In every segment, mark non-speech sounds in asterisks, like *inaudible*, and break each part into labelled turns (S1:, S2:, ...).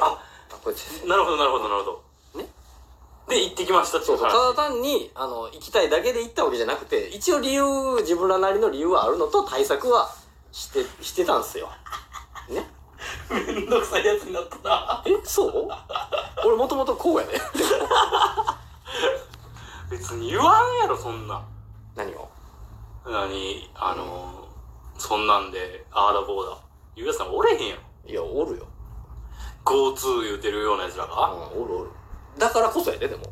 S1: これです
S2: なるほど、なるほど、なるほど。
S1: ね
S2: で、行ってきましたってい
S1: そううそう
S2: 話。
S1: ただ単にあの行きたいだけで行ったわけじゃなくて一応理由自分らなりの理由はあるのと対策はしてしてたんすよね
S2: めんどくさいやつになったな。
S1: えそう俺もともとこうやね
S2: 別に言わんやろ、そんな。
S1: 何を
S2: 何、あの、そんなんで、ああだこうだ。言うやつなんかおれへんやろ。
S1: いやおるよ、
S2: GoTo 言うてるようなやつらが。
S1: うん、おるおるだからこそやででも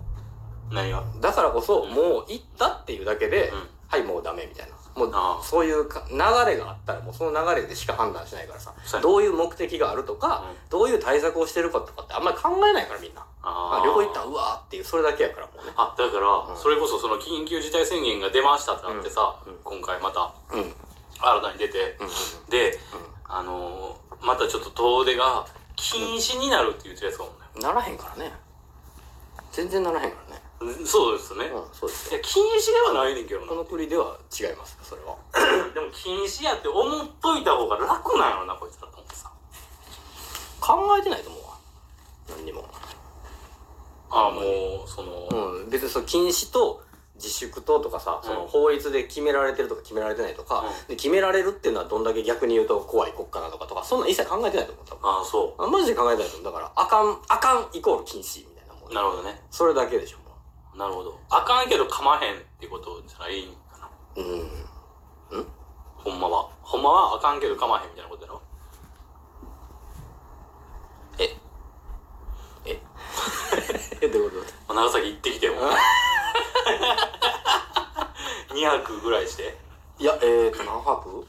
S2: 何が
S1: だからこそもう行ったっていうだけで、
S2: うん
S1: はいもうダメみたいなも
S2: ああ
S1: うそういうか流れがあったらもうその流れでしか判断しないからさ
S2: そうや
S1: どういう目的があるとか、
S2: う
S1: どういう対策をしてるかとかってあんまり考えないからみんな
S2: あー
S1: 旅行行ったうわーっていうそれだけやからもうね
S2: あ、だから、
S1: うん
S2: それこそその緊急事態宣言が出ましたってなってさ、
S1: うんうん
S2: 今回また
S1: うんうんうん
S2: 新たに出て、で、あのーまたちょっと遠出が禁止になるって言ってるやつかも
S1: うんならへんからね全然ならへんからね
S2: ね。そうですよね。
S1: うんそうです
S2: い
S1: よ
S2: や、禁止ではないねんけどな
S1: こ。の国では違いますそれは
S2: でも禁止やって思っといた方が楽なんやろな、こいつらと思ってさ。
S1: 考えてないと思うわ何にも
S2: ああ、もう、その、
S1: うん、別にその禁止と自粛ととかさ、
S2: うん
S1: その法律で決められてるとか決められてないとか、
S2: うん
S1: で決められるっていうのはどんだけ逆に言うと怖い国家なのかとかそんなん一切考えてないと思う多分
S2: ああ、そ
S1: あマジで考えてないと思うだからあかんあかんイコール禁止みたいなもん
S2: う。なるほどね。
S1: それだけでしょも
S2: なるほど。あかんけど噛まへんってことじゃないんかな。
S1: ううん
S2: ほんまは。ほんまはあかんけど噛まへんみたいなことやろ。
S1: えええどういうこと
S2: 長崎行ってきて *laughs* も。2泊ぐらいして。
S1: いやえーと何泊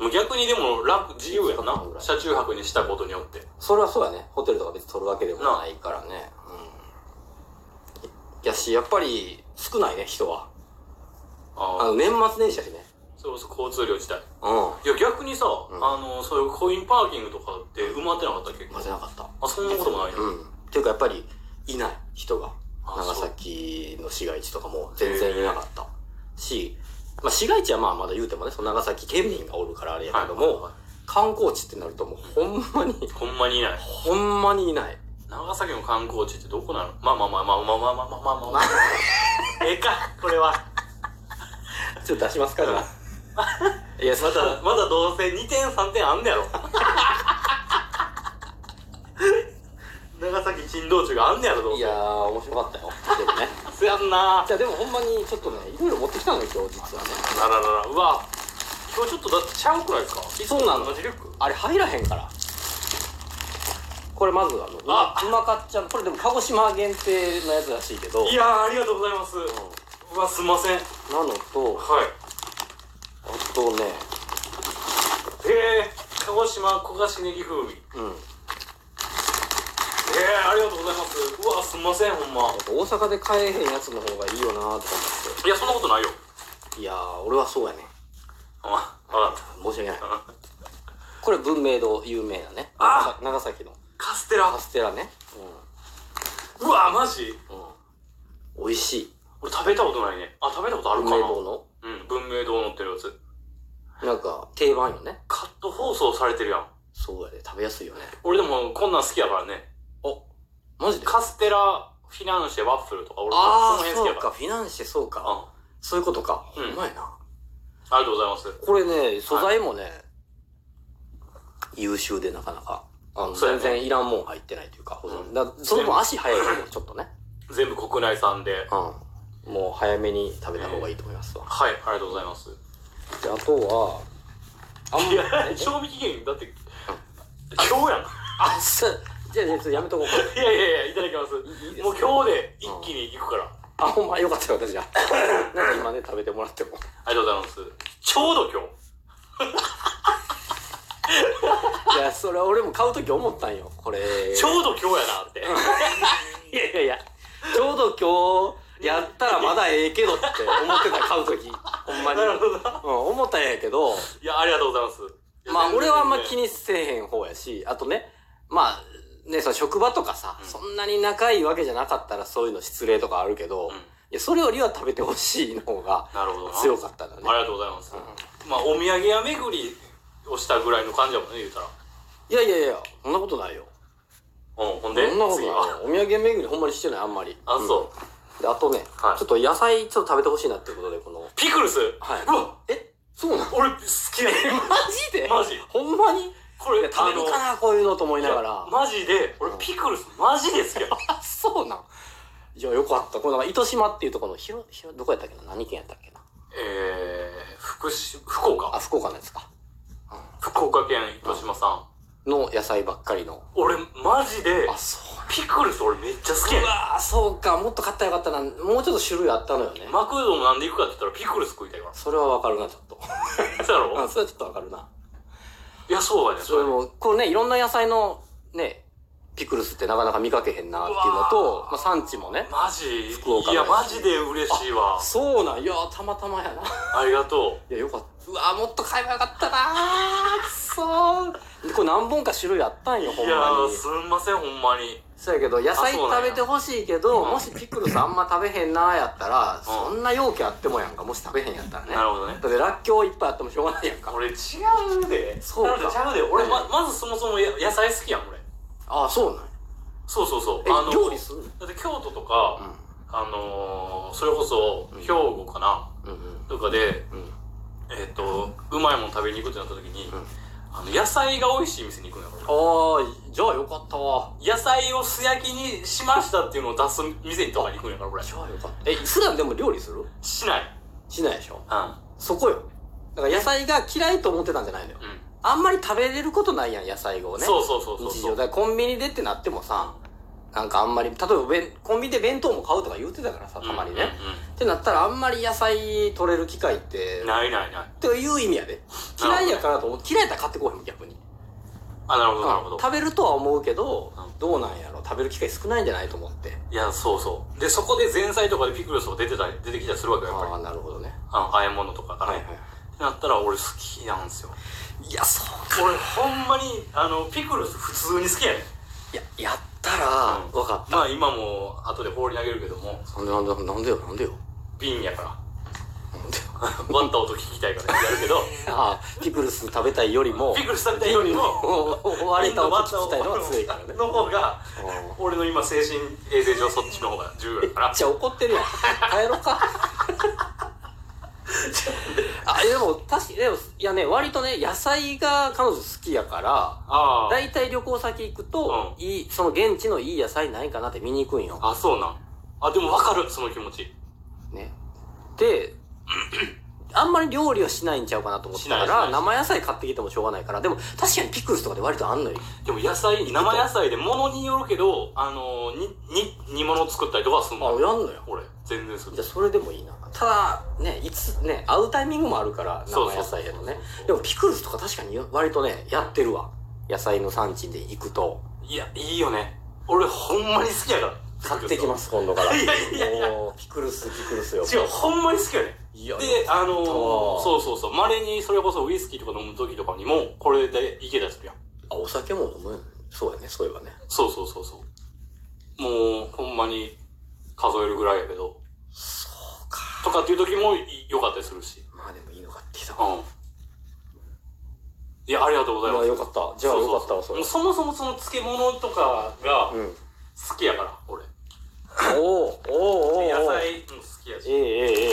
S2: もう逆にでも楽、自由やんな
S1: そう。か
S2: 車中泊にしたことによって。
S1: それはそうやねホテルとか別に取るわけでもないからねうんやしやっぱり少ないね人はあ
S2: ああ。
S1: の年末年始やしね
S2: それこそ交通量自体。
S1: うん
S2: いや逆にさ、
S1: ん
S2: あの、そういうコインパーキングとかって埋まってなかったっけ
S1: 混ぜなかった
S2: あ、そんなこともないの、
S1: うん。っていうかやっぱり、いない、人が。
S2: あ
S1: 長崎の市街地とかも全然いなかった。し、まあ市街地はまあまだ言うてもね、その長崎県民がおるからあれやけども、
S2: はい
S1: 観光地ってなるともうほんまに、
S2: ほんまにいない。
S1: ほんまにいない。
S2: 長崎の観光地ってどこなのまあまあまあまあまあまあまあまあまあまあまあ。ええか、これは。
S1: ちょっと出しますかじゃあ。いや、そ
S2: ま
S1: うだ。
S2: だ、まだどうせ2点3点あんねやろ。長崎珍道中があんねやろ、どう
S1: い
S2: せ
S1: や。ー、面白かったよ。でもね。
S2: すやんなあ
S1: じゃあでもほんまにちょっとね、いろいろ持ってきたのよ、今日実はね。
S2: らららら、うわ。今日ちょっとだってちゃうくらいですか
S1: そうなの
S2: 同じリュック
S1: あれ入らへんから。これまずあの、うま
S2: あ
S1: うまかっちゃん、これでも鹿児島限定のやつらしいけど、
S2: いやー、ありがとうございます。うわ、すんません。はい。
S1: なのと、あとね、
S2: えー、鹿児島焦がしネギ風味。
S1: うん、
S2: ええありがとうございます。うわ、すんません、ほんま。
S1: 大阪で買えへんやつの方がいいよなとか思っ
S2: いや、そんなことないよ。
S1: て。いやー、俺はそうやね。
S2: あ、わかっ
S1: 申し訳
S2: *laughs*
S1: ない。
S2: た。
S1: これ文明堂有名なね。
S2: あ
S1: 長崎の
S2: カステラ
S1: カ。ステラね。
S2: うわ、マジ
S1: うん。うん。美味しい。
S2: 俺食べたことないね。あ、食べたことある
S1: 文
S2: か
S1: 明
S2: な
S1: 堂の。
S2: うん、文明堂乗ってるやつ。
S1: なんか、定番よね。
S2: カット放送されてるやん。
S1: そうやで、食べやすいよね。
S2: 俺でもこんなん好きやからね。
S1: お、マジで
S2: カステラ、フィナンシェ、ワッフルとか俺
S1: あ
S2: その
S1: ー、
S2: 辺好き
S1: そ
S2: や
S1: う
S2: から。
S1: か、フィナンシェそう
S2: うん
S1: か。そういうことか。
S2: うん
S1: ほんまやな。
S2: ありがとうございます。
S1: これね、素材もね、優秀でなかなか。あの
S2: そうや
S1: 全
S2: ね
S1: 然いらんもん入ってないというか、保
S2: う
S1: 存。
S2: ん
S1: だその分足早いけど、ちょっとね。
S2: 全部国内産で。
S1: うん。もう早めに食べた方がいいと思いますわ。
S2: はい、ありがとうございます。
S1: であとは、あん
S2: いや
S1: ま、り、
S2: 賞味期限、だって、今日やん。
S1: あそう。じゃあ、じゃあちょっとやめとこうか。
S2: いやいやいや、いただきます。
S1: いいです
S2: もう今日で一気に行くから。
S1: あ、 *laughs* ほんまよかったよ、私は。 *laughs* なんか今ね、食べてもらっても。
S2: ありがとうございます。ちょうど今日。
S1: いや、それは俺も買うとき思ったんよ、これ。
S2: ちょうど今日やなって。
S1: いやいやいや、ちょうど今日、やったらまだええけどって思ってた、買うとき。ほんまに。
S2: なる
S1: う
S2: ほどな。
S1: ん、思ったんやけど、
S2: いや、ありがとうございます。
S1: まあ俺はあんま気
S2: に。
S1: にせえへん方やし、あとね、まあ、ね、その職場とかさ、そんなに仲いいわけじゃなかったらそういうの失礼とかあるけど、
S2: うん
S1: いやそれよりは食べてほしいの方が
S2: なるほどな。
S1: 強かったんだね
S2: あ。りがとうございます。まあ、お土産屋巡りをしたぐらいの感じやもんね、言うたら。
S1: いやいやいや、そんなことないよ。
S2: うん、ほんで
S1: そんなことない
S2: 次は。
S1: お土産巡りほんまにしてないあんまり
S2: あ、そう。
S1: うんであとね、
S2: はい
S1: ちょっと野菜ちょっと食べてほしいなっていうことでこの
S2: ピクルス
S1: はいう
S2: わ
S1: えそうなの
S2: 俺好き
S1: *laughs*
S2: だよ。
S1: マジで
S2: マジ
S1: ほんまに
S2: これ、
S1: 食べるかなこういうのと思
S2: あの
S1: いながら
S2: いやマジで、俺ピクルスマジで好き
S1: *laughs*
S2: や。
S1: あそうなんいやよかったこのなんか糸島っていうところの広広どこやったっけな何県やったっけな
S2: えー、福し、福岡
S1: あ福岡のやつか
S2: 福岡県糸島さん。
S1: の野菜ばっかりの
S2: 俺、マジで、
S1: あそう
S2: ピクルス俺めっちゃ好きや
S1: う
S2: ねん。
S1: わーそうかもっと買ったらよかったなもうちょっと種類あったのよね、
S2: マクドもなんで行くかって言ったらピクルス食いたいから。
S1: それはわかるなちょっ *laughs* と
S2: そうや
S1: うん
S2: ろ
S1: それはちょっとわかるない
S2: や、そうやねん。
S1: それもこうねいろんな野菜のねピクルスってなかなか見かけへんなっていうの
S2: う
S1: と
S2: わー
S1: まあ、産地もね
S2: マジ
S1: 福岡の
S2: い
S1: や
S2: や
S1: つ
S2: マジで嬉しいわ
S1: そうなんいやたまたまやない
S2: ありがと
S1: やよかったうわーもっと買えばよかったなーくそーでこれ何本か種類あったんよ
S2: う
S1: ほ
S2: い
S1: ん
S2: や
S1: まに
S2: すんませんほんまに
S1: そうやけど野菜
S2: あそうなん
S1: 食
S2: や
S1: べてほしいけど
S2: うん
S1: もしピクルスあんま食べへんなーやったら、そ
S2: うん
S1: んな容器あってもやんかもし食べへんやったらね
S2: なるほどね
S1: だってらっきょういっぱいあってもしょうがないやんか
S2: 俺違うで
S1: そうか
S2: なんちゃうで俺ままずそもそもや野菜好きやん俺
S1: ああそうなんや
S2: そうそうそう
S1: え料理すんの
S2: だって京都とか、あのーそれこそ兵庫かな、
S1: うんうん
S2: とかで
S1: うんうん
S2: えっ、とうまいもん食べに行くってなった時に、
S1: ん
S2: あの野菜が美味しい店に行くのよ俺
S1: ああじゃあよかったわ
S2: 野菜を素焼きにしましたっていうのを出す店とかに行くんやから俺
S1: じゃあよかったえ普段でも料理する
S2: しない
S1: しないでしょ
S2: うん
S1: そこよだから野菜が嫌いと思ってたんじゃないのよ
S2: うん
S1: あんまり食べれることないやん野菜をね
S2: そうそうそうそうそう
S1: 日常だからコンビニでってなってもさなんかあんまり例えばべんコンビニで弁当も買うとか言ってたからさたまにね、ってなったらあんまり野菜取れる機会って
S2: うんうんうんないないない
S1: っていう意味やで嫌いやからと思って嫌いやったら買ってこうへんもん逆に
S2: あなるほどなるほど
S1: 食べるとは思うけど、
S2: うん
S1: どうなんやろ食べる機会少ないんじゃないと思って
S2: いやそうそうでそこで前菜とかでピクルスを出てたり出てきたりするわけよやっぱり
S1: ああなるほどね
S2: あの和え物とかから、ってなったら俺好きなんですよ
S1: いいやそうか
S2: 俺ほんまにあのピクルス普通に好きやねん
S1: いややったら、
S2: うん
S1: わかった
S2: まあ今も後で放り投げるけども
S1: なんでなんでなんでよなんでよ
S2: 瓶やから
S1: *laughs* なんでよ
S2: 割った音聞きたいからやるけど
S1: ああピクルス食べたいよりも
S2: *laughs* ピクルス食べたいよ
S1: *laughs*
S2: りも
S1: 終われた音聞きたいのは強いからね
S2: の方が俺の今精神衛生上そっちの方が重要やか
S1: め
S2: ら
S1: っちゃ怒ってるやん帰ろうかあでも確かにでもいやね割とね野菜が彼女好きやから
S2: ああ
S1: 大体旅行先行くと、
S2: う
S1: いいその現地のいい野菜ないかなって見に行くんよ
S2: あそうなんあでも分かるその気持ち
S1: ねであんまり料理はしないんちゃうかなと思ったか
S2: しないしな
S1: ら
S2: い
S1: 生野菜買ってきてもしょうがないからでも確かにピクルスとかで割とあんのよ
S2: でも野菜生野菜で物によるけどあのにに煮物作ったりとかはすん
S1: あや
S2: の
S1: んのよ
S2: 俺全然する
S1: じゃあそれでもいいなただねいつね会うタイミングもあるから
S2: そう
S1: 生
S2: そう
S1: 野菜やとね
S2: そう
S1: でもピクルスとか確かに割とねやってるわ野菜の産地で行くと
S2: いやいいよね俺ほんまに好きやから
S1: 買ってきます今度から
S2: いやいやいや
S1: もうピクルスピクルスよ
S2: 違うほんまに好きやね
S1: いや
S2: であのー
S1: と
S2: そうそうそうまれにそれこそウイスキーとか飲む時とかにもこれでいけたりするやん
S1: あお酒も飲むそうやねそういえばね
S2: そうそうそうそうもうほんまに数えるぐらいやけど
S1: そうか
S2: とかっていう時もい良かったりするし
S1: まあでもいいの買ってきた
S2: うんいやありがとうござい
S1: ま
S2: ま
S1: あ
S2: す
S1: よかったじゃあよかったわそれ
S2: もうもそもその漬物とかが
S1: うん
S2: 好きやから、俺。
S1: おーおーおーおー
S2: 野菜も好きやし。
S1: ええええええええじゃあ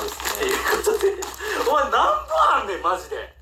S1: です
S2: と
S1: ね
S2: いうことで、お前何本あんねん、マジで。